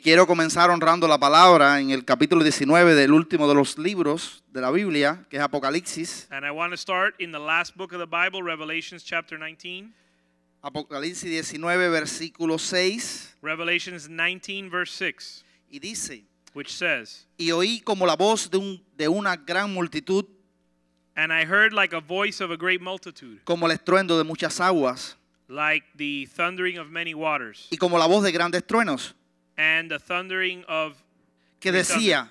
Quiero comenzar honrando la palabra en el capítulo 19 del último de los libros de la Biblia, que es Apocalipsis. And I want to start in the last book of the Bible, Revelations chapter 19. Apocalipsis 19, versículo 6. Revelations 19, verse 6, Y dice, which says, y oí como la voz de, un- de una gran multitud, And I heard like a voice of a great multitude, como el estruendo de muchas aguas, like the thundering of many waters, y como la voz de grandes truenos, and the thundering of que great thunder, decía,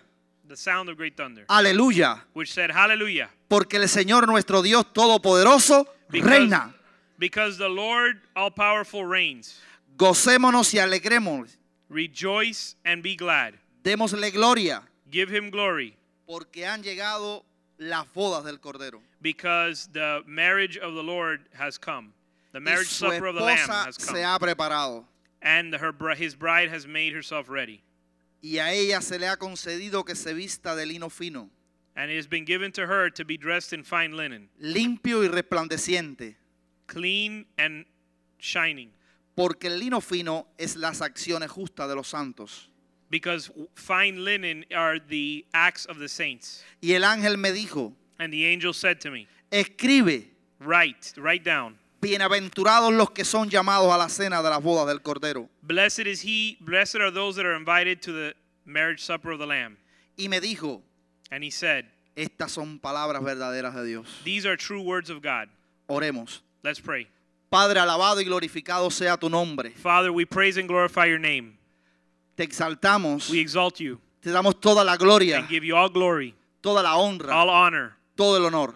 the sound of great thunder, aleluya, which said, Hallelujah, porque el Señor nuestro Dios Todopoderoso because, reina. because the Lord all powerful reigns. Gocémonos y alegremos, Rejoice and be glad. démosle gloria, Give him glory, porque han llegado las bodas del Cordero. because the marriage of the Lord has come. The y marriage su supper of the Lamb esposa has come. se ha preparado and her bri- his bride has made herself ready. y a ella se le ha concedido que se vista de lino fino, And it has been given to her to be dressed in fine linen, limpio y resplandeciente, clean and shining, porque el lino fino es las acciones justas de los santos. because w- fine linen are the acts of the saints. Y el ángel me dijo, And the angel said to me, escribe, Write, write down. bienaventurados los que son llamados a la cena de las bodas del Cordero. Blessed is he, blessed are those that are invited to the marriage supper of the Lamb. Y me dijo, And he said, estas son palabras verdaderas de Dios. These are true words of God. Oremos. Let's pray. Padre, alabado y glorificado sea tu nombre. Father, we praise and glorify your name. Te exaltamos, We exalt you te damos toda la gloria, and give you all glory, toda la honra, all honor, todo el honor.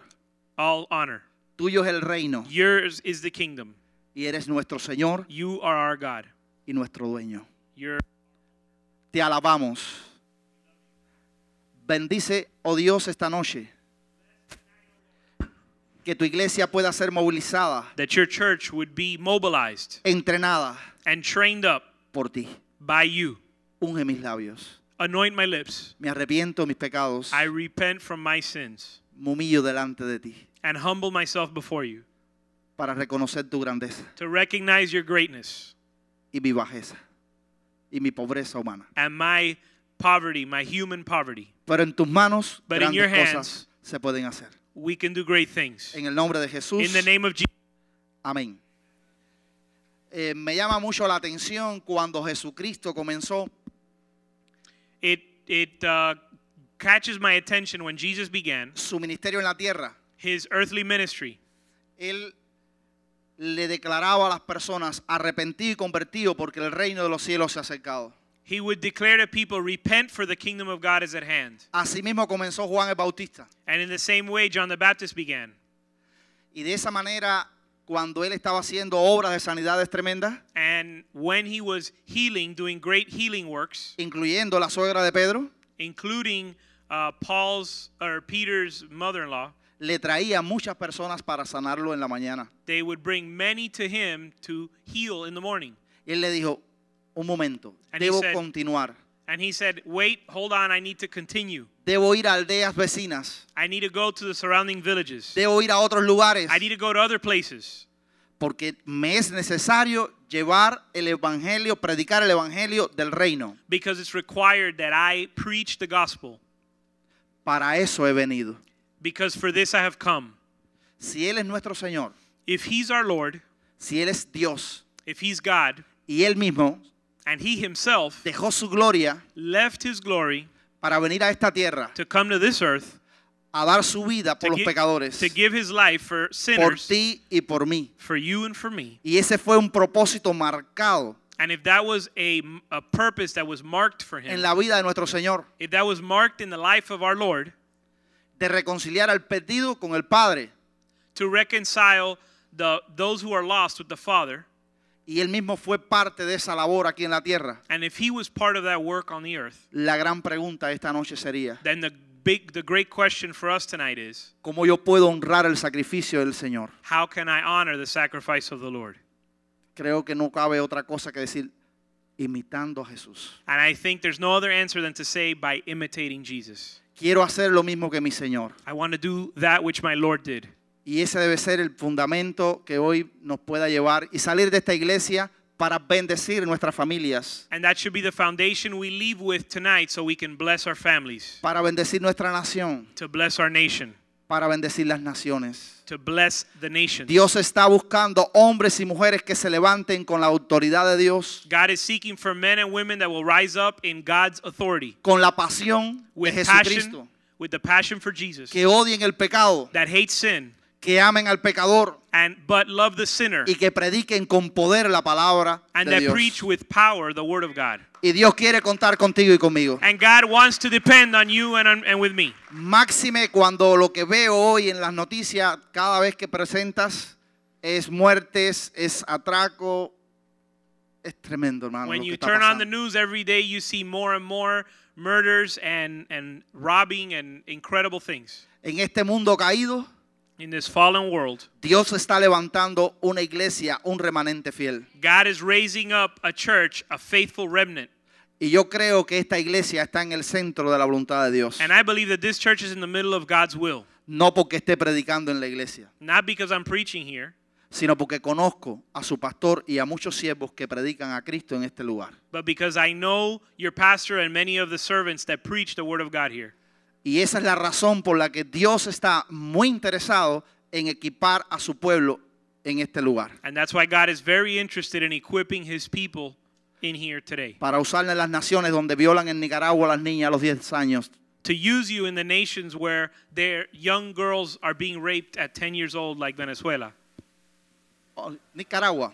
all honor. Tuyo es el reino Yours is the kingdom. y eres nuestro Señor You are our God. y nuestro dueño. You're Te alabamos. Bendice, oh Dios, esta noche. Que tu iglesia pueda ser movilizada, that your church would be mobilized entrenada and trained up por ti. by you. Unge mis labios. Anoint my lips. Me arrepiento de mis pecados. I repent from my sins Me humillo delante de ti and humble myself before you para reconocer tu grandeza to recognize your greatness y mi bajeza y mi pobreza humana. and my poverty, my human poverty. Pero en tus manos But in grandes your hands- cosas se pueden hacer. We can do great things. En el nombre de Jesús. In the name of Jesus. Amén. Eh, me llama mucho la atención cuando Jesucristo comenzó It, it uh, catches my attention when Jesus began su ministerio en la tierra. his earthly ministry. Él le declaraba a las personas arrepentido y convertido porque el reino de los cielos se ha acercado. He would declare to people, Repent, for the kingdom of God is at hand. Asimismo comenzó Juan el Bautista. And in the same way, John the Baptist began. Y de esa manera, cuando él estaba haciendo obras de sanidades tremendas, And when he was healing, doing great healing works, incluyendo la suegra de Pedro, including uh, Paul's or Peter's mother in law, le traía muchas personas para sanarlo en la mañana. they would bring many to him to heal in the morning. Y él le dijo, un momento, And he debo said- continuar. And he said, Wait, hold on, I need to continue. Debo ir a aldeas vecinas. I need to go to the surrounding villages. Debo ir a otros lugares. I need to go to other places Porque me es necesario llevar el evangelio, predicar el evangelio del reino. because it's required that I preach the gospel Para eso he venido. because for this I have come. Si Él es nuestro Señor, If he's our Lord, si Él es Dios if he's God, y Él mismo and he himself dejó su gloria left his glory para venir a esta tierra to come to this earth a dar su vida por to, los gi- pecadores, to give his life for por sinners, ti y por mí. for you and for me. Y ese fue un propósito marcado And if that was a, a purpose that was marked for him, en la vida de nuestro Señor, if that was marked in the life of our Lord, de reconciliar al perdido con el Padre. to reconcile the, those who are lost with the Father, Y Él mismo fue parte de esa labor aquí en la tierra. and if he was part of that work on the earth, La gran pregunta esta noche sería, then the big, the great question for us tonight is ¿Cómo yo puedo honrar el sacrificio del Señor? how can I honor the sacrifice of the Lord? Creo que no cabe otra cosa que decir imitando a Jesús. And I think there's no other answer than to say by imitating Jesus. Quiero hacer lo mismo que mi Señor. I want to do that which my Lord did. Y ese debe ser el fundamento que hoy nos pueda llevar y salir de esta iglesia para bendecir nuestras familias, And that should be the foundation we leave with tonight so we can bless our families, para bendecir nuestra nación, to bless our nation, para bendecir las naciones. to bless the nation. Dios está buscando hombres y mujeres que se levanten con la autoridad de Dios, God is seeking for men and women that will rise up in God's authority con la pasión de with Jesucristo, passion, with the passion for Jesus, que odien el pecado, that hates sin que amen al pecador and but love the sinner y que prediquen con poder la palabra and de that Dios. preach with power the word of God. Y Dios quiere contar contigo y conmigo. And God wants to depend on you and on, and with me. Máxime cuando lo que veo hoy en las noticias, cada vez que presentas, es muertes, es atraco. Es tremendo, hermano. When lo que you está turn on the pasando. news every day, you see more and more murders and and robbing and incredible things. En este mundo caído, In this fallen world, Dios está levantando una iglesia, un remanente fiel. God is raising up a church, a faithful remnant. Y yo creo que esta iglesia está en el centro de la voluntad de Dios. And I believe that this church is in the middle of God's will, No porque esté predicando en la iglesia, not because I'm preaching here, sino porque conozco a su pastor y a muchos siervos que predican a Cristo en este lugar. but because I know your pastor and many of the servants that preach the word of God here. Y esa es la razón por la que Dios está muy interesado en equipar a su pueblo en este lugar. And that's why God is very interested in equipping his people in here today Para usarla en las naciones donde violan en Nicaragua a las niñas a los 10 años. to use you in the nations where their young girls are being raped at 10 years old like Venezuela. Oh, Nicaragua.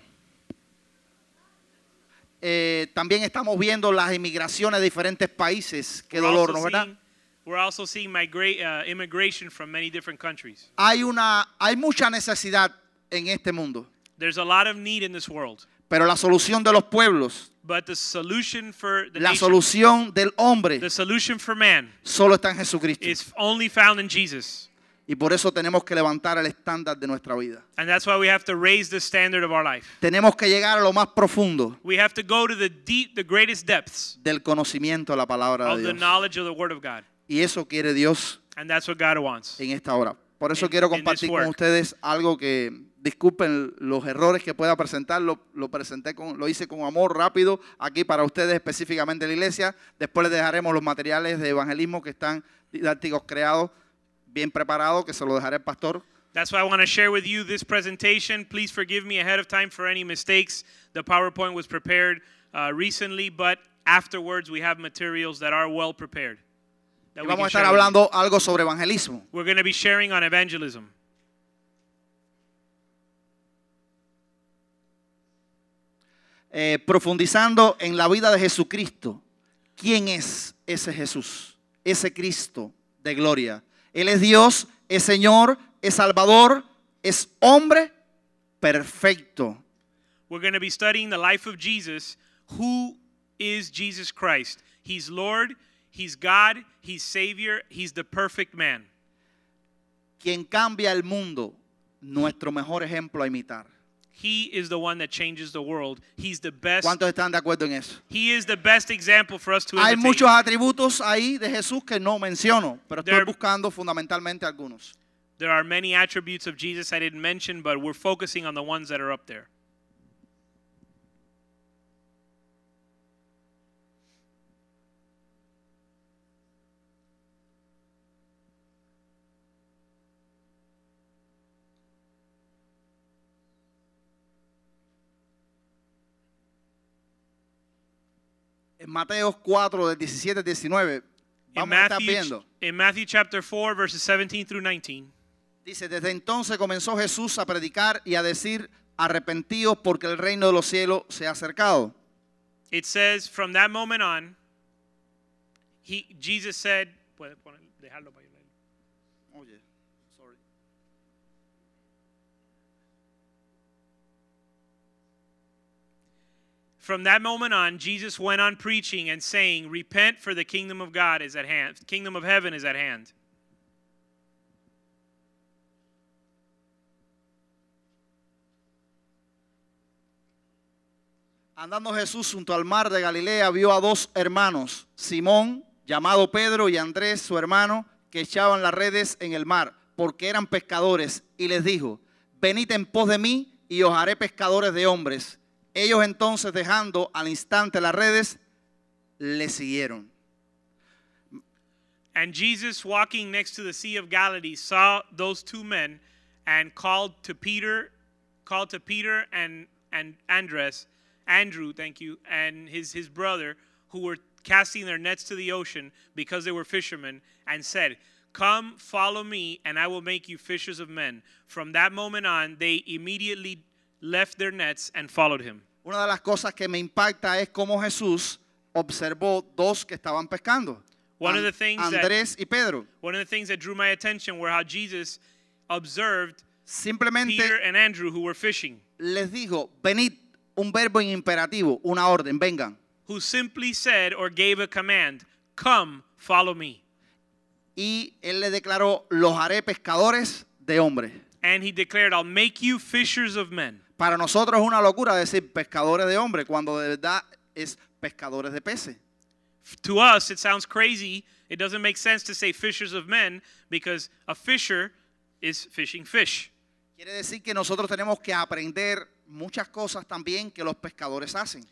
Eh, también estamos viendo las inmigraciones de diferentes países. Qué We're dolor, also ¿no verdad? seeing- We're also seeing migra- uh, immigration from many different countries. Hay, una, hay mucha necesidad en este mundo, There's a lot of need in this world. pero la solución de los pueblos, But the solution for the la nation- solución del hombre, the solution for man solo está en Jesucristo. is only found in Jesus. Y por eso tenemos que levantar el estándar de nuestra vida. And that's why we have to raise the standard of our life. Tenemos que llegar a lo más profundo We have to go to the deep, the greatest depths del conocimiento de la palabra of de the Oh, Dios. knowledge of the Word of God. Y eso quiere Dios And that's what God wants. en esta hora. Por eso In- quiero in this compartir con work. ustedes algo que, disculpen los errores que pueda presentar, lo, lo presenté con, lo hice con amor rápido aquí para ustedes específicamente en la iglesia. Después les dejaremos los materiales de evangelismo que están didácticos creados, bien preparados, que se los dejaré al pastor. That's why I want to share with you this presentation. Please forgive me ahead of time for any mistakes. The PowerPoint was prepared uh, recently, but afterwards we have materials that are well prepared. that Y we vamos a estar can share with you. hablando algo sobre evangelismo. We're going to be sharing on evangelism. eh, profundizando en la vida de Jesucristo. ¿Quién es ese Jesús? Ese Cristo de gloria. Él es Dios, es Señor, es Salvador, es hombre perfecto. We're going to be studying the life of Jesus. Who is Jesus Christ? He's Lord, He's God, He's Savior, He's the perfect man. Quien cambia el mundo, nuestro mejor ejemplo a imitar. He is the one that changes the world. He's the best. ¿Cuántos están de acuerdo en eso? He is the best example for us to Hay imitate. muchos atributos ahí de Jesús que no menciono, pero estoy There- buscando fundamentalmente algunos. There are many attributes of Jesus I didn't mention, but we're focusing on the ones that are up there. En Mateo 4, del 17 al 19, In vamos a estar Matthew, viendo. in Matthew chapter 4, verses 17 through 19. Dice, desde entonces comenzó Jesús a predicar y a decir, arrepentíos porque el reino de los cielos se ha acercado. It says, from that moment on, he, Jesus said, Puede poner- dejarlo para yo leerlo. Oye, sorry. From that moment on, Jesus went on preaching and saying, "Repent, for the kingdom of God is at hand. Kingdom of heaven is at hand." Andando Jesús junto al mar de Galilea, vio a dos hermanos, Simón, llamado Pedro, y Andrés, su hermano, que echaban las redes en el mar, porque eran pescadores, y les dijo, venid en pos de mí, y os haré pescadores de hombres. Ellos entonces, dejando al instante las redes, le siguieron. And Jesus, walking next to the Sea of Galilee, saw those two men and called to Peter, called to Peter and and Andres, Andrew, thank you, and his his brother, who were casting their nets to the ocean because they were fishermen, and said, "Come, follow me, and I will make you fishers of men." From that moment on, they immediately left their nets and followed him. Una de las cosas que me impacta es cómo Jesús observó dos que estaban pescando, One of An- the things that- Andrés y Pedro. One of the things that drew my attention were how Jesus observed Peter Simplemente and Andrew who were fishing, les dijo, venid, un verbo en imperativo, una orden, vengan. who simply said or gave a command, "Come, follow me." Y él le declaró, los haré pescadores de hombres. And he declared, "I'll make you fishers of men." Para nosotros es una locura decir pescadores de hombres cuando de verdad es pescadores de peces. To us, it sounds crazy. It doesn't make sense to say fishers of men because a fisher is fishing fish. Quiere decir que nosotros tenemos que aprender muchas cosas también que los pescadores hacen.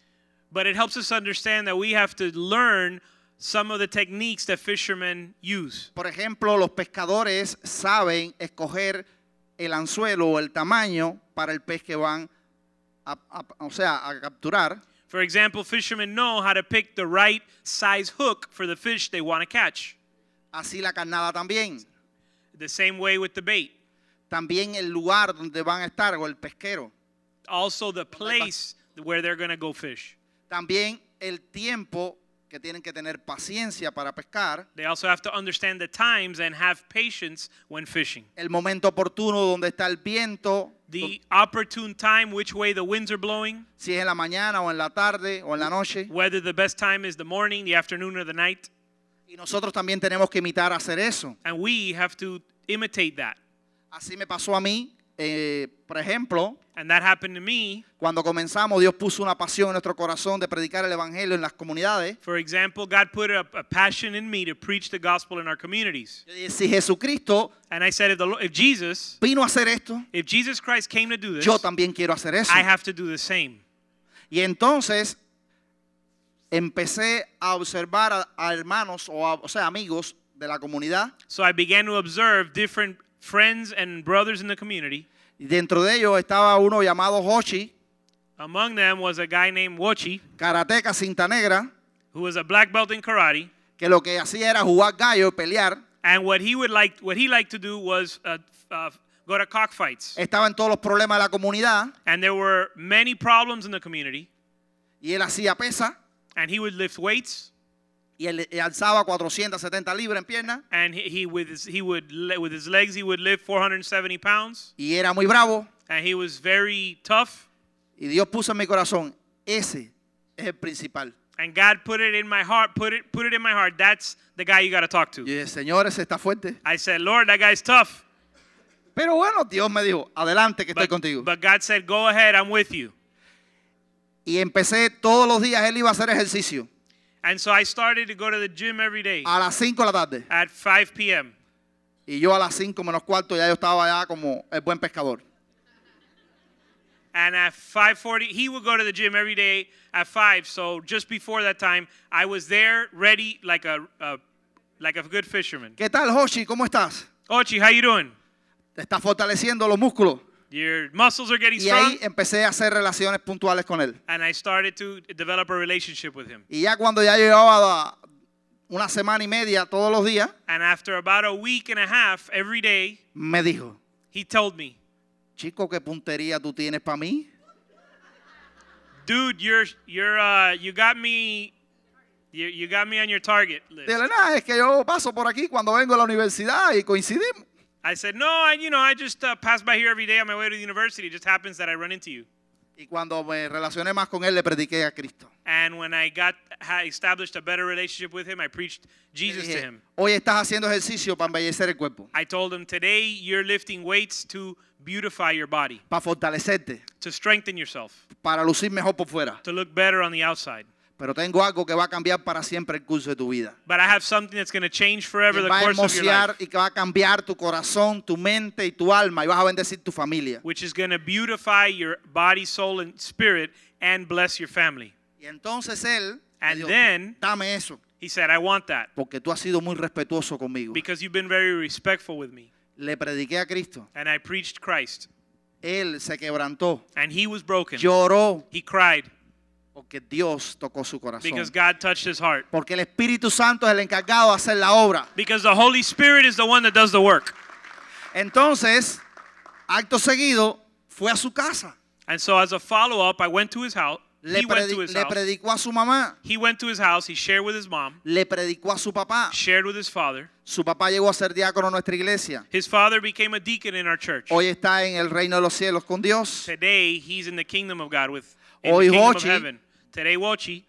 But it helps us understand that we have to learn some of the techniques that fishermen use. Por ejemplo, los pescadores saben escoger el anzuelo o el tamaño para el pez que van a, a- o sea, a capturar. For example, fishermen know how to pick the right size hook for the fish they want to catch. Así la carnada también. The same way with the bait. También el lugar donde van a estar o el pesquero. Also, the place where they're going to go fish. También el tiempo que tienen que tener paciencia para pescar. They also have to understand the times and have patience when fishing. El momento oportuno donde está el viento. The opportune time, which way the winds are blowing, Si es en la mañana o en la tarde o en la noche. whether the best time is the morning, the afternoon, or the night. Y nosotros también tenemos que imitar hacer eso. And we have to imitate that. Así me pasó a mí, eh, por ejemplo, And that happened to me. cuando comenzamos, Dios puso una pasión en nuestro corazón de predicar el Evangelio en las comunidades. For example, God put a, a passion in me to preach the gospel in our communities. Yo dije, si Jesucristo And I said, if, the, Lo- if Jesus, vino a hacer esto, if Jesus Christ came to do this, yo también quiero hacer eso. I have to do the same. Y entonces empecé a observar a, a hermanos o, a- o sea, amigos de la comunidad. So I began to observe different friends and brothers in the community. Y dentro de ellos estaba uno llamado Hochi, Among them was a guy named Wochi, karateca cinta negra, who was a black belt in karate. que lo que hacía era jugar gallo y pelear. And what he would like, what he liked to do was uh, uh, go to cockfights. Estaba en todos los problemas de la comunidad And there were many problems in the community. y él hacía pesa And he would lift weights, y él y alzaba 470 libras en piernas and he, he with his, he would le- with his legs he would lift 470 pounds, y era muy bravo. and he was very tough. Y Dios puso en mi corazón, ese es el principal. And God put it in my heart, put it put it in my heart. That's the guy you got to Y talk to. yo dije, Señor, ese está fuerte. I said, Lord, that guy's tough. Pero bueno, Dios me dijo, adelante que estoy But, contigo. but God said, Go ahead, I'm with you. Y empecé todos los días, él iba a hacer ejercicio And so I started to go to the gym every day a las 5 de la tarde. at 5 p.m. Y yo a las 5 menos cuarto ya yo estaba ya como el buen pescador. And at 5:40, he would go to the gym every day at five. So just before that time, I was there, ready like a, a like a good fisherman. ¿Qué tal, Hoshi? ¿Cómo estás? Ochi, how you doing? Te estás fortaleciendo los músculos. Your muscles are getting Y strong. ahí empecé a hacer relaciones puntuales con él. and I started to develop a relationship with him. Y ya cuando ya llevaba la- una semana y media todos los días, And after about a week and a half, every day, me dijo, he told me, chico, ¿qué puntería tú tienes para mí? "Dude, you're you're uh, you got me, you, you got me on your target list." Dile, nada, es que yo paso por aquí cuando vengo a la universidad y coincidimos. I said, "No, I, you know, I just uh, pass by here every day on my way to the university. It just happens that I run into you." Y cuando me relacioné más con él, le prediqué a Cristo. And when I got ha- established a better relationship with him, I preached Le Jesus to dije, him. Hoy estás haciendo ejercicio para embellecer el cuerpo, I told him, Today you're lifting weights to beautify your body, para fortalecerte, to strengthen yourself, para lucir mejor por fuera. to look better on the outside. Pero tengo algo que va a cambiar para siempre el curso de tu vida. But I have something that's going to change Que forever the va a course of your emocionar life, y que va a cambiar tu corazón, tu mente y tu alma y vas a bendecir tu familia. which is going to beautify your body, soul, and spirit and bless your family. Y entonces él me And dijo, then- dame eso, He said, I want that porque tú has sido muy respetuoso conmigo. because you've been very respectful with me. Le prediqué a Cristo. And I preached Christ. Él se quebrantó, And he was broken. lloró, He cried porque Dios tocó su corazón. because God touched his heart. Porque el Espíritu Santo es el encargado de hacer la obra. Because the Holy Spirit is the one that does the work. Entonces, acto seguido, fue a su casa. And so, as a follow up, I went to his house. Le, He went predi- to his le house. predicó a su mamá, He went to his house. He shared with his mom, le predicó a su papá. shared with his father. Su papá llegó a ser diácono en nuestra iglesia. His father became a deacon in our church. Hoy está en el reino de los cielos con Dios. Today, he's in the kingdom of God with in Hoy the kingdom of Hochi- heaven. Today, Wochi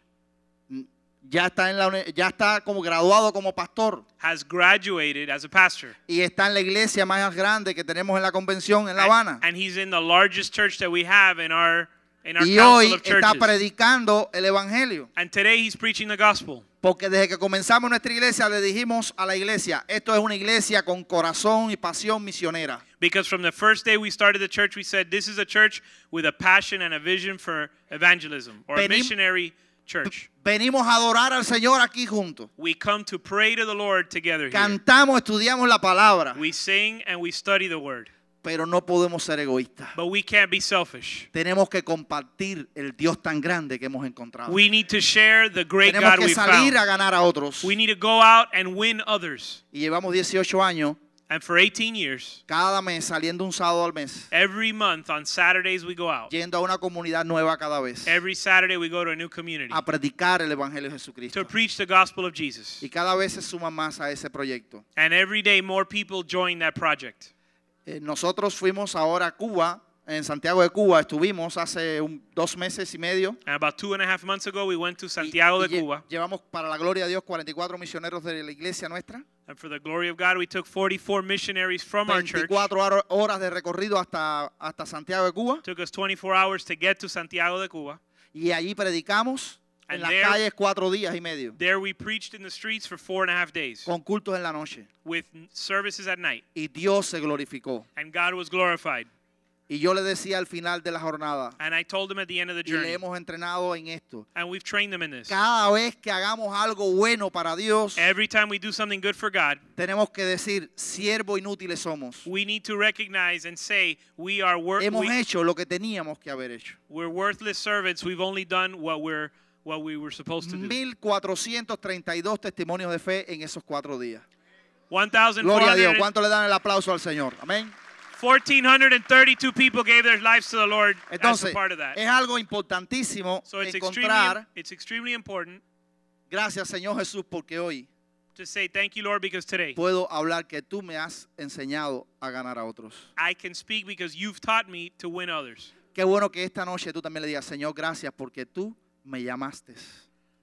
Ya está, en la, uni- ya está como graduado como pastor. has graduated as a pastor. Y está en la iglesia más grande que tenemos en la convención en La And- Habana. And, he's in the largest church that we have in our in our Y council hoy of está churches. predicando el Evangelio. And today he's preaching the gospel Porque desde que comenzamos nuestra iglesia le dijimos a la iglesia, esto es una iglesia con corazón y pasión misionera. because from the first day we started the church, we said this is a church with a passion and a vision for evangelism or Venim- a missionary church. Venimos a adorar al Señor aquí juntos. We come to pray to the Lord together here. Cantamos, estudiamos la palabra, We sing and we study the word, pero no podemos ser egoístas. but we can't be selfish. Tenemos que compartir el Dios tan grande que hemos encontrado. We need to share the great Ah. Tenemos God que we salir a found. ganar a otros. We need to go out and win others. Y llevamos 18 años And for 18 years, cada mes saliendo un sábado al mes, every month on Saturdays we go out. yendo a una comunidad nueva cada vez, Every Saturday we go to a new community a predicar el Evangelio de to Jesucristo. preach the gospel of Jesus. Y cada vez se suman más a ese proyecto. And every day more people join that project. Eh, nosotros fuimos ahora a Cuba, en Santiago de Cuba, estuvimos hace un- dos meses y medio. And about two and a half months ago, we went to Y- Santiago y de lle- Cuba. Llevamos para la gloria de Dios 44 misioneros de la iglesia nuestra. And for the glory of God, we took 44 missionaries from our church. 24 hor- horas de recorrido hasta, hasta Santiago de Cuba. took us 24 hours to get to Santiago de Cuba. Y allí predicamos en And las there- calles cuatro días y medio, There we preached in the streets for four and a half days con cultos en la noche. with services at night. Y Dios se glorificó. And God was glorified. Y yo le decía al final de la jornada, And I told them at the end of the y le journey, hemos entrenado en esto. and we've trained them in this. Cada vez que hagamos algo bueno para Dios, Every time we do something good for God, tenemos que decir, siervo inútiles somos. we need to recognize and say we are wor- hemos we, hecho lo que teníamos que haber hecho. we're worthless servants. We've only done what we're what we were supposed to do. 1432 testimonios de fe en esos cuatro días. Gloria a Dios. 1,400 ¿Cuánto le dan el aplauso al Señor? Amén. 1,432 people gave their lives to the Lord as Entonces, a part of that. es algo importantísimo So it's extremely, encontrar. it's extremely important Gracias, Señor Jesús, porque hoy to say thank you, Lord, because today puedo hablar que tú me has enseñado a ganar a otros. I can speak because you've taught me to win others. Qué bueno que esta noche tú también le digas, Señor, gracias porque tú me llamaste.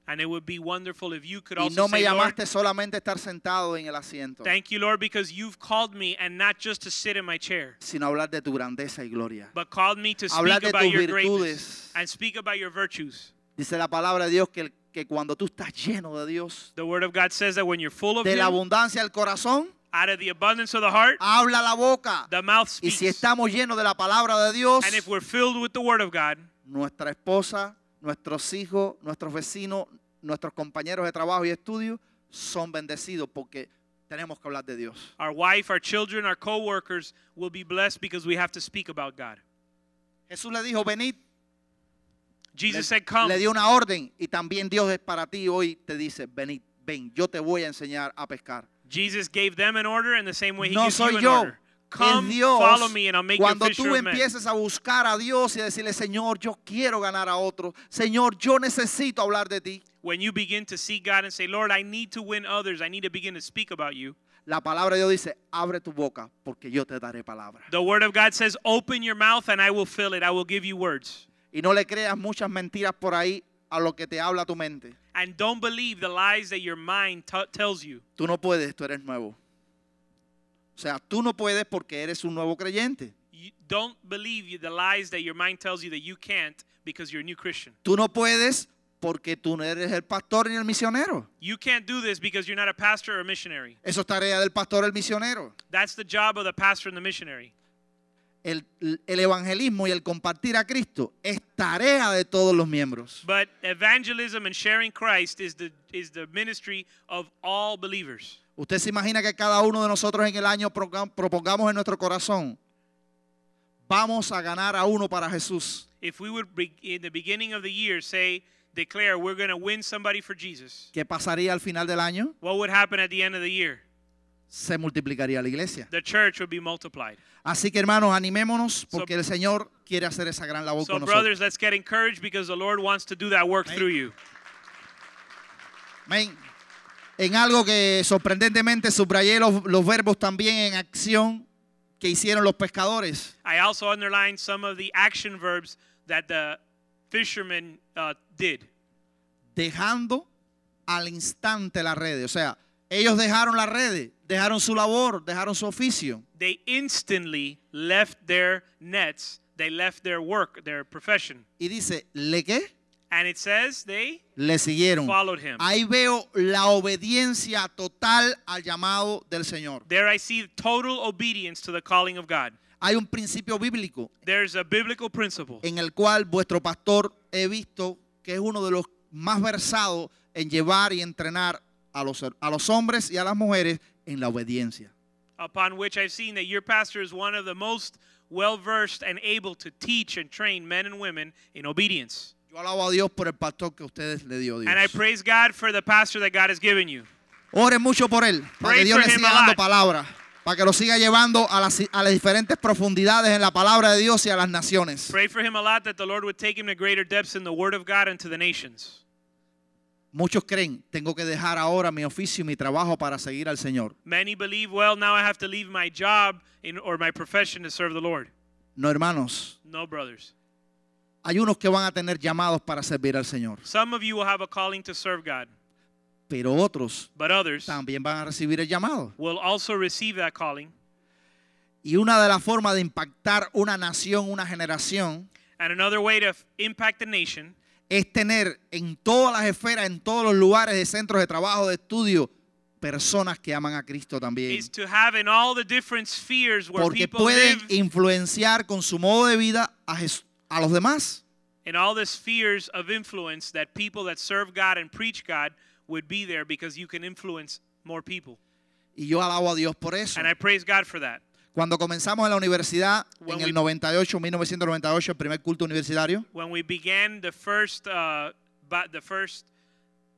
And it would be wonderful if you could Y also no me say, Lord, llamaste solamente a estar sentado en el asiento, thank you, Lord, because you've called me and not just to sit in my chair, sino hablar de tu grandeza y gloria. but called me to Hablar speak de about tus your virtudes. greatness and speak about your virtues. Dice la palabra de Dios que, el- que cuando tú estás lleno de Dios, The Word of God says that when you're full of de la Him, abundancia del corazón, out of the abundance of the heart, habla la boca. the mouth Y si speaks. estamos llenos de la palabra de Dios, And if we're filled with the Word of God, nuestra esposa, nuestros hijos, nuestros vecinos, nuestros compañeros de trabajo y estudio son bendecidos porque tenemos que hablar de Dios. our wife, our children, our co-workers will be blessed because we have to speak about God. Jesús le dijo, venid, le, Jesus said, "Come." le dio una orden y también Dios es para ti hoy te dice, venid, ven, yo te voy a enseñar a pescar. Jesus gave them an order in the same way he No gives you soy an yo. order. Es Come, Dios. follow me, and I'll make Cuando you a tú fisher of men. empieces a buscar a Dios y a decirle, Señor, yo quiero ganar a otros. Señor, yo necesito hablar de ti. When you begin to seek God and say, "Lord, I need to win others. I need to begin to speak about you." La palabra de Dios dice, abre tu boca porque yo te daré palabra. The Word of God says, "Open your mouth, and I will fill it. I will give you words." Y no le creas muchas mentiras por ahí a lo que te habla tu mente. And don't believe the lies that your mind t- tells you. Tú no puedes, tú eres nuevo. O sea, tú no puedes porque eres un nuevo creyente. you don't believe you- the lies that your mind tells you that you can't because you're a new Christian. Tú no puedes porque tú no eres el pastor ni el misionero. You can't do this because you're not a pastor or a missionary. Eso es tarea del pastor o el misionero. That's the job of the pastor and the missionary. El, el evangelismo y el compartir a Cristo es tarea de todos los miembros. But evangelism and sharing Christ is the is the ministry of all believers. Usted se imagina que cada uno de nosotros en el año proga- propongamos en nuestro corazón, vamos a ganar a uno para Jesús. If we would be, in the beginning of the year say declare we're going to win somebody for Jesus, ¿Qué pasaría al final del año? what would happen at the end of the year? Se multiplicaría la iglesia. The church would be multiplied. Así que hermanos, animémonos porque el Señor quiere hacer esa gran labor So con nosotros. brothers, let's get encouraged because the Lord wants to do that work Amen. through you. Amén. En algo que sorprendentemente subrayé los, los verbos también en acción que hicieron los pescadores. I also underlined some of the action verbs that the fishermen uh, did. Dejando al instante las redes. O sea, ellos dejaron las redes, dejaron su labor, dejaron su oficio. They instantly left their nets, they left their work, their profession. Y dice, ¿le qué? And it says they Le siguieron. followed him. Ahí veo la obediencia total al llamado del Señor. There I see total obedience to the calling of God. Hay un principio bíblico There's a biblical principle en el cual vuestro pastor he visto que es uno de los más versados en llevar y entrenar a los, a los hombres y a las mujeres en la obediencia. upon which I've seen that your pastor is one of the most well versed and able to teach and train men and women in obedience. Yo alabo a Dios por el pastor que ustedes le dio Dios. And I praise God for the pastor that God has given you. Oren mucho por él, para que Pray Dios for le him siga a dando lot. palabra, para que lo siga llevando a las, a las diferentes profundidades en la palabra de Dios y a las naciones. Pray for him a lot that the Lord would take him to greater depths in the Word of God and to the nations. Muchos creen, tengo que dejar ahora mi oficio y mi trabajo para seguir al Señor. Many believe, well, now I have to leave my job in, or my profession to serve the Lord. No, hermanos, No, brothers. hay unos que van a tener llamados para servir al Señor, Some of you will have a calling to serve God, pero otros but others también van a recibir el llamado. will also receive that calling. Y una de las formas de impactar una nación, una generación, And another way to f- impact the nation es tener en todas las esferas, en todos los lugares de centros de trabajo, de estudio, personas que aman a Cristo también. is to have in all the different spheres where Porque people pueden live, influenciar con su modo de vida a, Jes- a los demás. in all the spheres of influence, that people that serve God and preach God would be there because you can influence more people. Y yo alabo a Dios por eso. And I praise God for that. Cuando comenzamos en la universidad, When en el we- 98, 1998, el primer culto universitario, when we began the first uh, ba- the first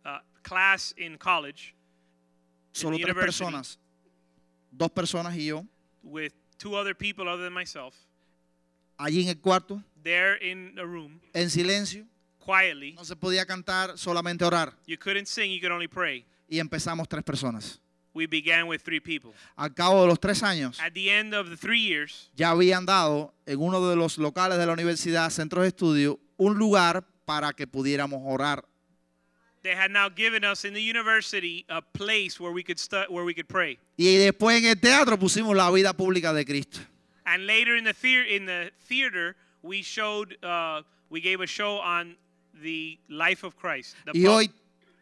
uh, class in college solo tres university. personas, dos personas y yo, with two other people other than myself allí en el cuarto, there in a room en silencio, quietly no se podía cantar, solamente orar. you couldn't sing you could only pray Y empezamos tres personas. we began with three people Al cabo de los tres años, at the end of the three years ya habían dado en uno de los locales de la universidad, centros de estudio, un lugar para que pudiéramos orar. they had now given us in the university a place where we could stu- where we could pray Y después en el teatro pusimos la vida pública de Cristo. and later in the theater in the theater we showed uh, we gave a show on the life of Christ the Y pub- hoy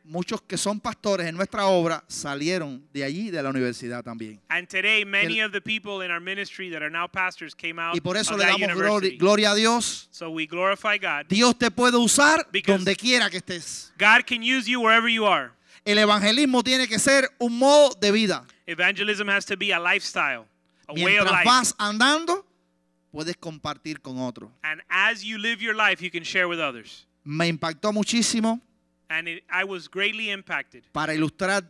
muchos que son pastores en nuestra obra salieron de allí, de la universidad también. And today, many of the people in our ministry that are now pastors came out Y por eso of le that damos university. glori- gloria a Dios. so we glorify God. Dios te puede usar Because- donde quiera que estés. God can use you wherever you are. El evangelismo tiene que ser un modo de vida. Evangelism has to be a lifestyle, a way of Mientras life. vas andando, puedes compartir con otros. And as you live your life, you can share with others. Me impactó muchísimo And it, I was greatly impacted. para ilustrar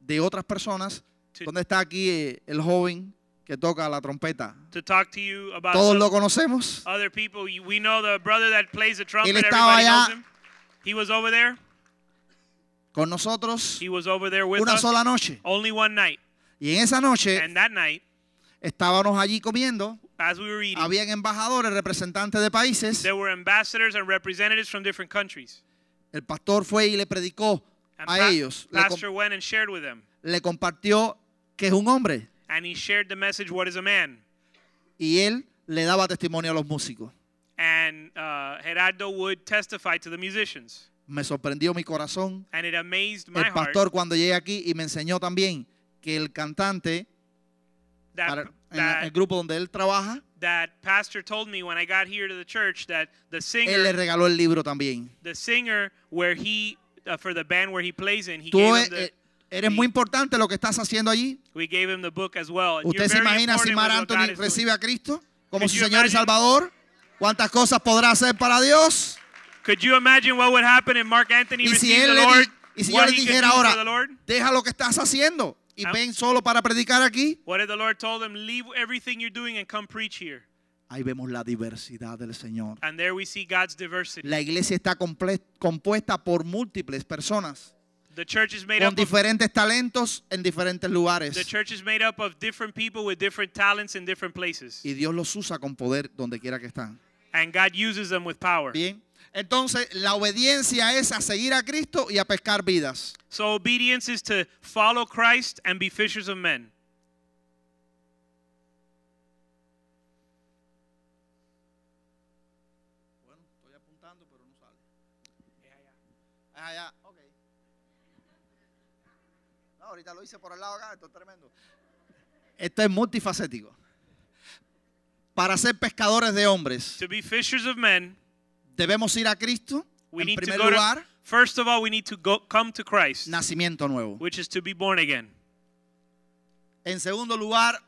de otras personas. Sí. ¿Dónde está aquí eh, el joven que toca la trompeta? To talk to you about Todos some lo conocemos. other people, You- we know the brother that plays the trumpet. estaba Everybody allá. knows him. He was over there. Con nosotros He was over there with una us. sola Eh, noche. Only one night. Y en esa noche And that night, estábamos allí comiendo as we were reading, Habían embajadores, representantes de países. there were ambassadors and representatives from different countries. El pastor fue y le predicó And a pa- ellos. Le, com- Pastor went and shared with them. le compartió que es un hombre. And he shared the message, What is a Man? Y él le daba testimonio a los músicos. And uh, Gerardo would testify to the musicians. Me sorprendió mi corazón. And it amazed my El heart pastor cuando llegué aquí y me enseñó también que el cantante, that, para- en la- that, el grupo donde él trabaja, that pastor told me when I got here to the church that the él le singer, regaló el libro también. the singer where he, uh, for the band where he plays in, he Tú gave e- him the, e- eres muy importante lo que estás haciendo allí. we gave him the book as well. And you're ¿Usted se very imagina si important Mar with what God Anthony is doing. recibe a Cristo como Could su you Señor y imagine? Salvador? ¿Cuántas cosas podrá hacer para Dios? Could you imagine what would happen if Mark Anthony Y si received él the le di- Lord? y si yo what le he could dijera do ahora, for the Lord? deja lo que estás haciendo y Ah. ven solo para predicar aquí, What if the Lord told him, leave everything you're doing and come preach here? ahí vemos la diversidad del Señor. And there we see God's diversity. La iglesia está comple- compuesta por múltiples personas The church is made con up of, diferentes talentos en diferentes the lugares church is made up of different people with different talents in different places. y Dios los usa con poder donde quiera que están. And God uses them with power. Bien. Entonces, la obediencia es a seguir a Cristo y a pescar vidas. So obedience is to follow Christ and be fishers of men. Estoy apuntando, pero no sale. Es allá. ok. No, ahorita lo hice por el lado acá, esto es tremendo. Esto es multifacético. Para ser pescadores de hombres, To be fishers of men, debemos ir a Cristo. we en need to primer go lugar, to, first of all, we need to go come to Christ, nacimiento nuevo. which is to be born again. En segundo lugar,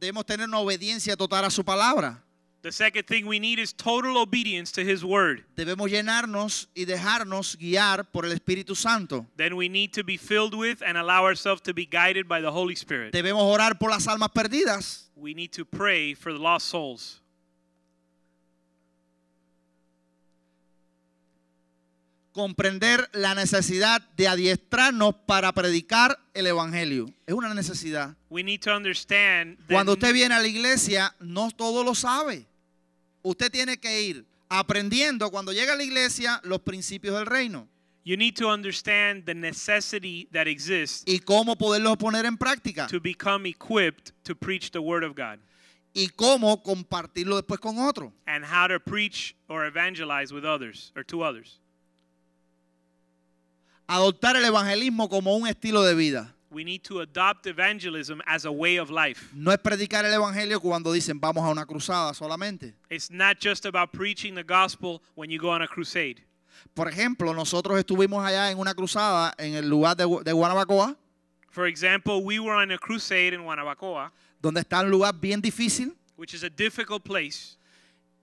debemos tener una obediencia total a su palabra. The second thing we need is total obedience to his word. Debemos llenarnos y dejarnos guiar por el Espíritu Santo. Then we need to be filled with and allow ourselves to be guided by the Holy Spirit. Debemos orar por las almas perdidas. We need to pray for the lost souls. comprender la necesidad de adiestrarnos para predicar el Evangelio. Es una necesidad. We need to understand that Cuando usted viene a la iglesia, no todo lo sabe. Usted tiene que ir aprendiendo cuando llega a la iglesia los principios del reino you need to understand the necessity that exists y cómo poderlos poner en práctica to become equipped to preach the word of God y cómo compartirlo después con otro. and how to preach or evangelize with others or to others. Adoptar el evangelismo como un estilo de vida. We need to adopt evangelism as a way of life. No es predicar el evangelio cuando dicen vamos a una cruzada solamente. It's not just about preaching the gospel when you go on a crusade. Por ejemplo, nosotros estuvimos allá en una crusada en el lugar de, Gu- de Guanabacoa. For example, we were on a crusade in Guanabacoa, donde está un lugar bien difícil which is a difficult place.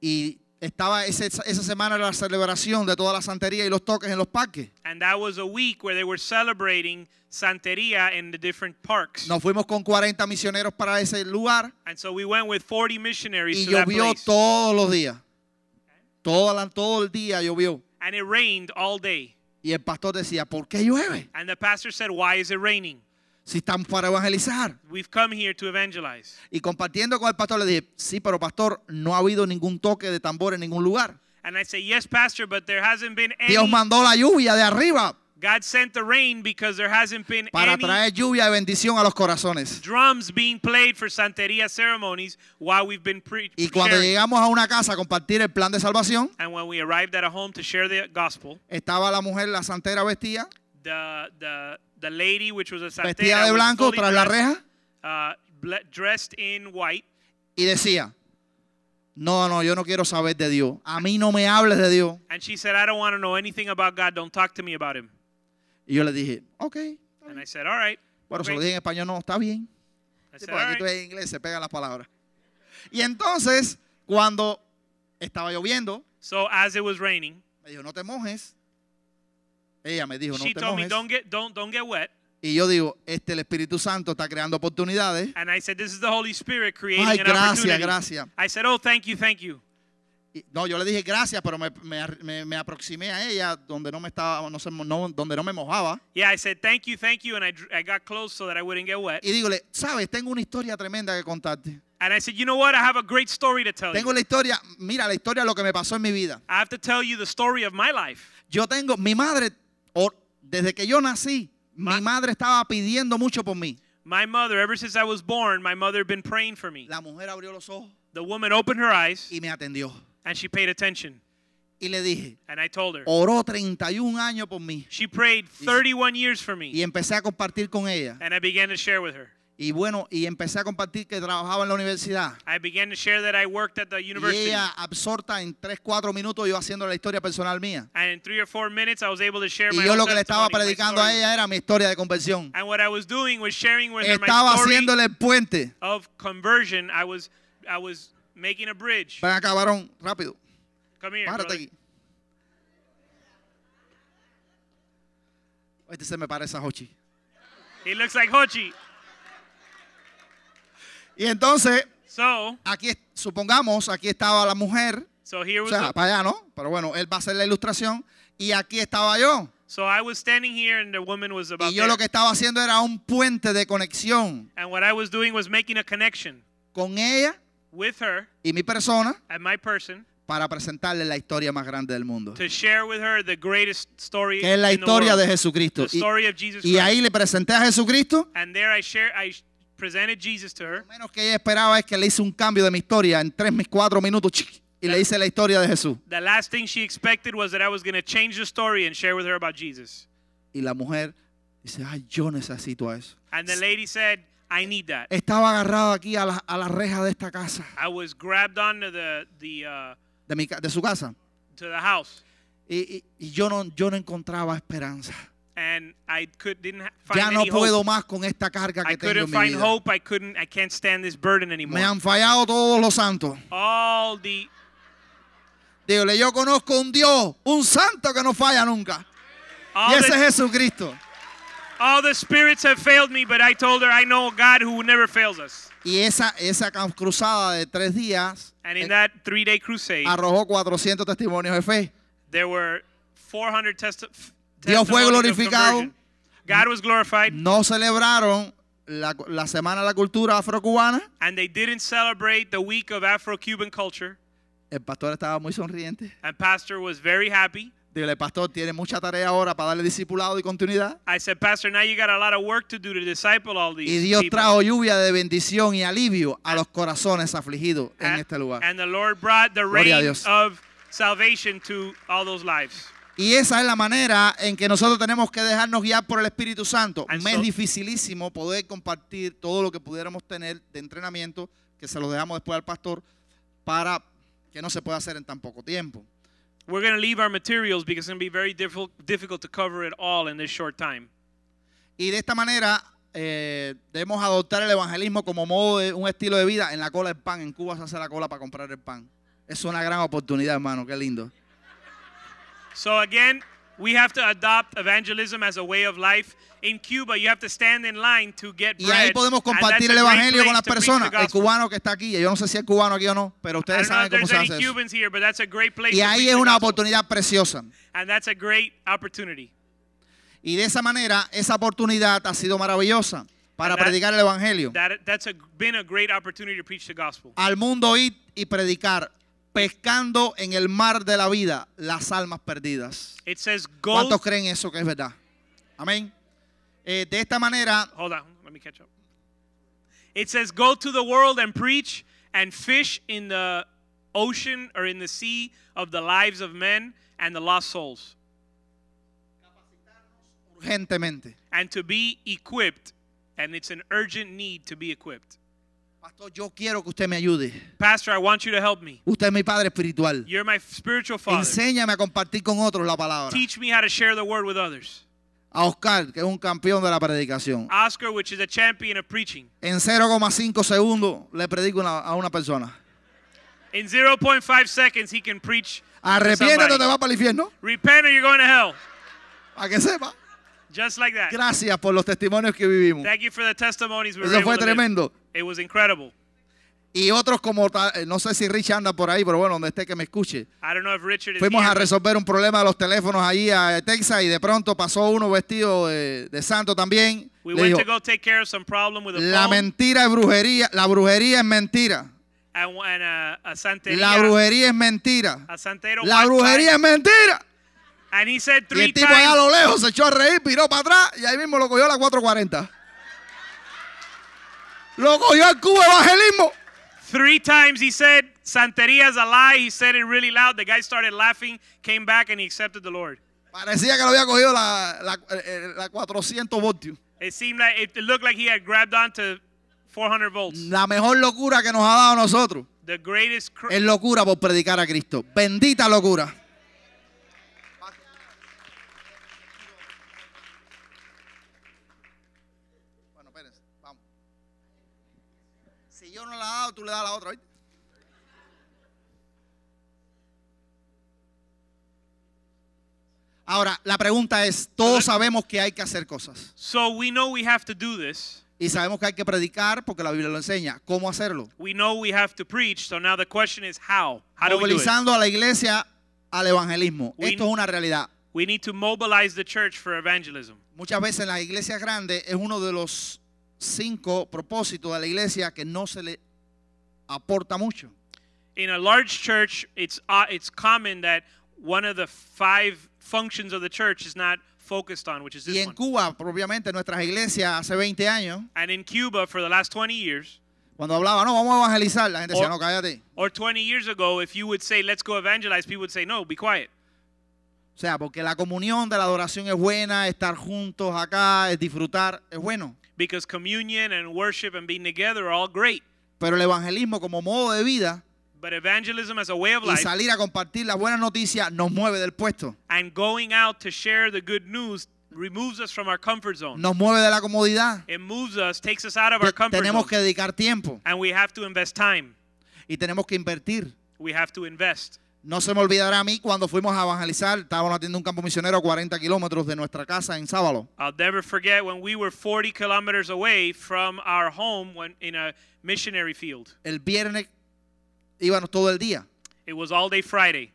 y estaba ese- esa semana la celebración de toda la santería y los toques en los parques. And that was a week where they were celebrating Santeria in the different parks. Nos fuimos con 40 misioneros para ese lugar And so we went with 40 missionaries y to that llovió place. todos los días. Toda la- todo el día llovió. And it rained all day. Y el pastor decía, ¿por qué llueve? And the pastor said, Why is it raining? Si están para evangelizar. We've come here to evangelize. Y compartiendo con el pastor le dije, sí, pero pastor, no ha habido ningún toque de tambor en ningún lugar. And I say, Yes, Pastor, but there hasn't been any. Dios mandó la lluvia de arriba God sent the rain because there hasn't been para any traer lluvia y bendición a los corazones. drums being played for Santeria ceremonies while we've been preaching. Y cuando llegamos a una casa a compartir el plan de salvación, And when we arrived at a home to share the gospel, estaba la mujer, la santera vestida, the the the lady which was a santera vestida de was blanco fully tras la dressed, reja uh, ble- dressed in white y decía, no, no, yo no quiero saber de Dios, a mí no me hables de Dios. and she said I don't want to know anything about God don't talk to me about him Y yo le dije, ok, and I said all right bueno, se lo great." dije en español, no, está bien. I Sí, said, porque "All aquí tú right." en inglés se pegan las palabras. Y entonces, cuando estaba lloviendo, so as it was raining me dijo, no te mojes. Ella me dijo, no she te told me mojes. don't get don't don't get wet Y yo digo, este el Espíritu Santo está creando oportunidades. and I said this is the Holy Spirit creating Ay, an gracias, opportunity gracias. I said oh thank you thank you Y- No, yo le dije gracias, pero me, me- me- me aproximé a ella donde no me estaba, no, se- no- donde no me mojaba. yeah I said thank you thank you and I dr- I got close so that I wouldn't get wet Y dígole, sabes, tengo una historia tremenda que contarte. And I said, You know what? I have a great story to tell Tengo you. la historia, mira la historia de lo que me pasó en mi vida. I have to tell you the story of my life. Yo tengo, mi madre, o- desde que yo nací, Ma- mi madre estaba pidiendo mucho por mí. My mother, ever since I was born, my mother had been praying for me. La mujer abrió los ojos The woman opened her eyes y me atendió. and she paid attention. Y le dije, And I told her. oró 31 años por mí. She prayed 31 years for Y me. empecé a compartir con ella. And I began to share with her. Y bueno, y empecé a compartir que trabajaba en la universidad. I began to share that I worked at the Y university. ella absorta en 3, 4 minutos yo haciendo la historia personal mía. And in three or four minutes, I was able to share my Y yo own lo que le estaba testimony, my predicando a story. ella era mi historia de conversión. And what I was doing was sharing with her Estaba my story haciéndole el puente. of conversion. I was, I was making a bridge. Ven acá, varón, rápido. Come here, Párate brother. aquí. Este se me parece a Hochi. He looks like Hochi. Y entonces, So, aquí, supongamos, aquí estaba la mujer. so here O was. sea, the- para allá, ¿no? Pero bueno, él va a hacer la ilustración. Y aquí estaba yo. so I was standing here, and the woman was about Y yo lo que there. estaba haciendo era un puente de conexión And what I was doing was making a connection con ella with her y mi persona and my person para presentarle la historia más grande del mundo. to share with her the greatest story. Que es la in the historia world, de Jesucristo. The Y, story of Jesus y Christ. ahí le presenté a Jesucristo. And there I share, I sh- presented Jesus to her. Lo menos que ella esperaba es que le hice un cambio de mi historia en tres, mis cuatro minutos. chic, Y le hice la historia de Jesús. The last thing she expected was that I was going to change the story and share with her about Jesus. Y la mujer dice, ay, yo necesito a eso. And the lady said, I need that. Estaba agarrado aquí a la, a la reja de esta casa, I was grabbed onto the, the, uh, de, mi, ca- de su casa. to the house Y, y- y yo, no, yo no encontraba esperanza. and I could, didn't ha- find Ya no any puedo hope. más con esta carga I que tengo couldn't en mi find vida. hope. I couldn't, I can't stand this burden anymore. Me han fallado todos los santos. All the, Dígale, yo conozco un Dios, un santo que no falla nunca. Y all ese es the, Jesucristo. all the spirits have failed me, but I told her I know a God who never fails us. Y esa, esa cam- cruzada de tres días And in eh, that three day crusade, arrojó 400 testimonios de fe. There were 400 testi- f- Dios fue testimonies of glorificado. conversion. God was glorified, No celebraron la, la Semana de la Cultura Afrocubana. and they didn't celebrate the week of Afro-Cuban culture. El pastor estaba muy sonriente. And Pastor was very happy. Dígale, pastor, tiene mucha tarea ahora para darle discipulado y continuidad. I said, Pastor, now you got a lot of work to do to disciple all these Y Dios people. trajo lluvia de bendición y alivio a los corazones afligidos en and, este lugar. and the Lord brought the Gloria a rain Dios. of salvation to all those lives. Y esa es la manera en que nosotros tenemos que dejarnos guiar por el Espíritu Santo. And Me so- es dificilísimo poder compartir todo lo que pudiéramos tener de entrenamiento, que se lo dejamos después al pastor, para que no se pueda hacer en tan poco tiempo. We're going to leave our materials because it's going to be very difficult, difficult to cover it all in this short time. Y de esta manera eh, debemos adoptar el evangelismo como modo de un estilo de vida en la cola del pan. En Cuba se hace la cola para comprar el pan. Es una gran oportunidad, hermano. Qué lindo. So again, we have to adopt evangelism as a way of life. In Cuba, you have to stand in line to get Y ahí bread. podemos and that's compartir a el great evangelio con place las to preach personas. the El gospel. cubano que está aquí, yo no sé si es cubano aquí o no, pero I ustedes don't know saben cómo if there's se any hace eso. Cubans here, but that's a great place Y to ahí preach es the una gospel. oportunidad preciosa. And that's a great opportunity. Y de esa manera, esa oportunidad ha sido maravillosa para And that- predicar el evangelio. That, that's a, been a great opportunity to preach the gospel. Al mundo ir y predicar, pescando en el mar de la vida las almas perdidas. It says, go. ¿Cuántos creen eso que es verdad? Amén. Eh, de esta manera, Hold on, let me catch up. It says, go to the world and preach and fish in the ocean or in the sea of the lives of men and the lost souls. urgentemente. and to be equipped. And it's an urgent need to be equipped. Pastor, yo quiero que usted me ayude. Pastor, I want you to help me. Usted es mi padre espiritual. You're my spiritual father. Enséñame a compartir con otros la palabra. Teach me how to share the word with others. A Oscar, que es un campeón de la predicación. Oscar, which is a champion of preaching, En 0,5 segundos le predico una- a una persona. in 0.5 seconds, he can preach. to Arrepiéntete o te somebody. vas para el infierno. Repent or you're going to hell. A que sepa. Just like that. Gracias por los testimonios que vivimos. Thank you for the testimonies we were Eso able fue to live. tremendo. It was incredible. Y otros como, ta- eh, no sé si Rich anda por ahí, pero bueno, donde esté que me escuche. I don't know if Richard is Fuimos here, a but resolver un problema de los teléfonos allí a Texas y de pronto pasó uno vestido de, de santo también. We Le went dijo, to go take care of some problem with a la phone mentira es brujería, la brujería es mentira. and, and a, a santeria. La brujería es mentira. a santero La walked by, brujería es mentira. And he Y said three el tipo allá a times. lo lejos se echó a reír, piró para atrás y ahí mismo lo cogió a la 440. Lo cogió al cubo evangelismo. Three times he said santeria's a lie. He said it really loud. The guy started laughing, came back, and he accepted the Lord. Parecía que lo había cogido la, la- eh, la 400 voltios. It seemed like it, it looked like he had grabbed onto 400 volts. La mejor locura que nos ha dado a nosotros The greatest. Cr- es locura por predicar a Cristo. Bendita locura. Bueno, espérense, vamos. Si yo no la hago, tú le das a la otra, ¿oíste? Ahora, la pregunta es, todos sabemos que hay que hacer cosas. so we know we have to do this. Y sabemos que hay que predicar porque la Biblia lo enseña. ¿Cómo hacerlo? We know we have to preach. So now the question is how? How do we do it? movilizando a la iglesia al evangelismo. We- Esto es una realidad. We need to mobilize the church for evangelism. Muchas veces en las iglesias grandes es uno de los cinco propósitos de la iglesia que no se le aporta mucho. In a large church, it's uh, it's common that one of the five functions of the church is not focused on, which is Y this en one. Cuba, propiamente, nuestras iglesias hace 20 años, And in Cuba, for the last 20 years cuando hablaba, no, vamos a evangelizar, la gente decía, O- no, cállate. or 20 years ago, if you would say, "Let's go evangelize," people would say, "No, be quiet." O sea, porque la comunión de la adoración es buena, estar juntos acá, es disfrutar, es bueno. Because communion and worship and being together are all great, Pero el evangelismo como modo de vida but evangelism as a way of y life salir a compartir las buenas noticias nos mueve del puesto, and going out to share the good news removes us from our comfort zone. nos mueve de la comodidad. It moves us, takes us out of Te- our comfort zone. tenemos que dedicar tiempo And we have to invest time. y tenemos que invertir. We have to invest. No se me olvidará a mí cuando fuimos a evangelizar, estábamos haciendo un campo misionero a 40 kilómetros de nuestra casa en Sábalo. I'll never forget when we were 40 kilometers away from our home when, in a missionary field. El viernes íbamos todo el día It was all day Friday,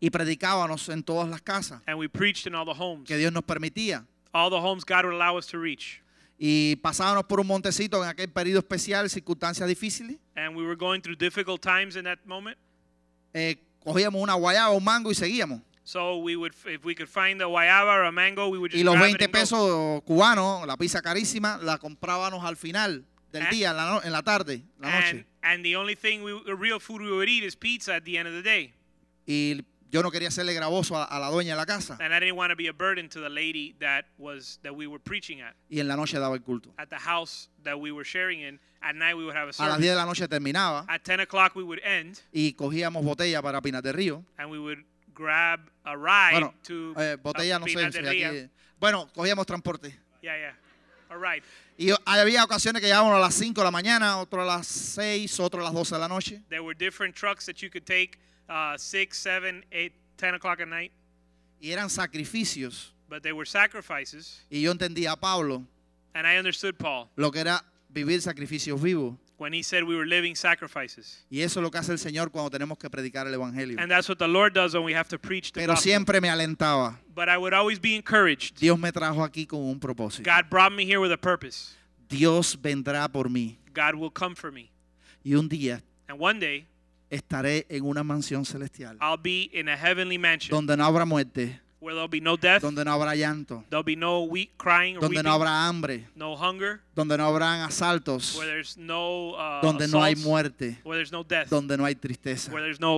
y predicábamos en todas las casas and we preached in all the homes, que Dios nos permitía. all the homes God would allow us to reach. Y pasábamos por un montecito en aquel periodo especial, circunstancias difíciles. And we were going through difficult times in that moment. eh, cogíamos una guayaba, un mango y seguíamos. So we would, if we could find a guayaba or a mango, we would just Y los grab it 20 and go. pesos cubanos, la pizza carísima, la comprábamos al final del Ah. día, en la, no- en la tarde, la And, noche. and the only thing, we, the real food we would eat is pizza at the end of the day. Y yo no quería hacerle gravoso a- a la dueña de la casa. And I didn't want to be a burden to the lady that was that we were preaching at. y en la noche daba el culto. at the house that we were sharing in. At night we would have A las a service. 10 de la noche terminaba At 10 o'clock we would end y cogíamos botella para Pinas del Río. and we would grab a ride Bueno, to eh, botella uh, no sé. Pinar si del Río. aquí- bueno, cogíamos transporte. Yeah, yeah. A ride. Y había ocasiones que llegábamos a las 5 de la mañana, otro a las 6, otro a las 12 de la noche. There were different trucks that you could take uh, 6, 7, 8, 10 o'clock at night, Y eran sacrificios. but they were sacrifices. Y yo entendía a Pablo And I understood Paul lo que era vivir sacrificios vivos. when he said we were living sacrifices. Y eso es lo que hace el Señor cuando tenemos que predicar el Evangelio. And that's what the Lord does when we have to preach the Pero gospel. siempre me alentaba. But I would always be encouraged. Dios me trajo aquí con un propósito. God brought me here with a purpose. Dios vendrá por mí. God will come for me. Y un día And one day, estaré en una mansión celestial. I'll be in a heavenly mansion donde no habrá muerte, where there'll be no death, donde no habrá llanto, there'll be no weak crying or donde weeping, no habrá hambre, no hunger, donde no habrán asaltos, where there's no uh, donde no hay assaults, muerte, where there's no death, donde no hay tristeza. where there's no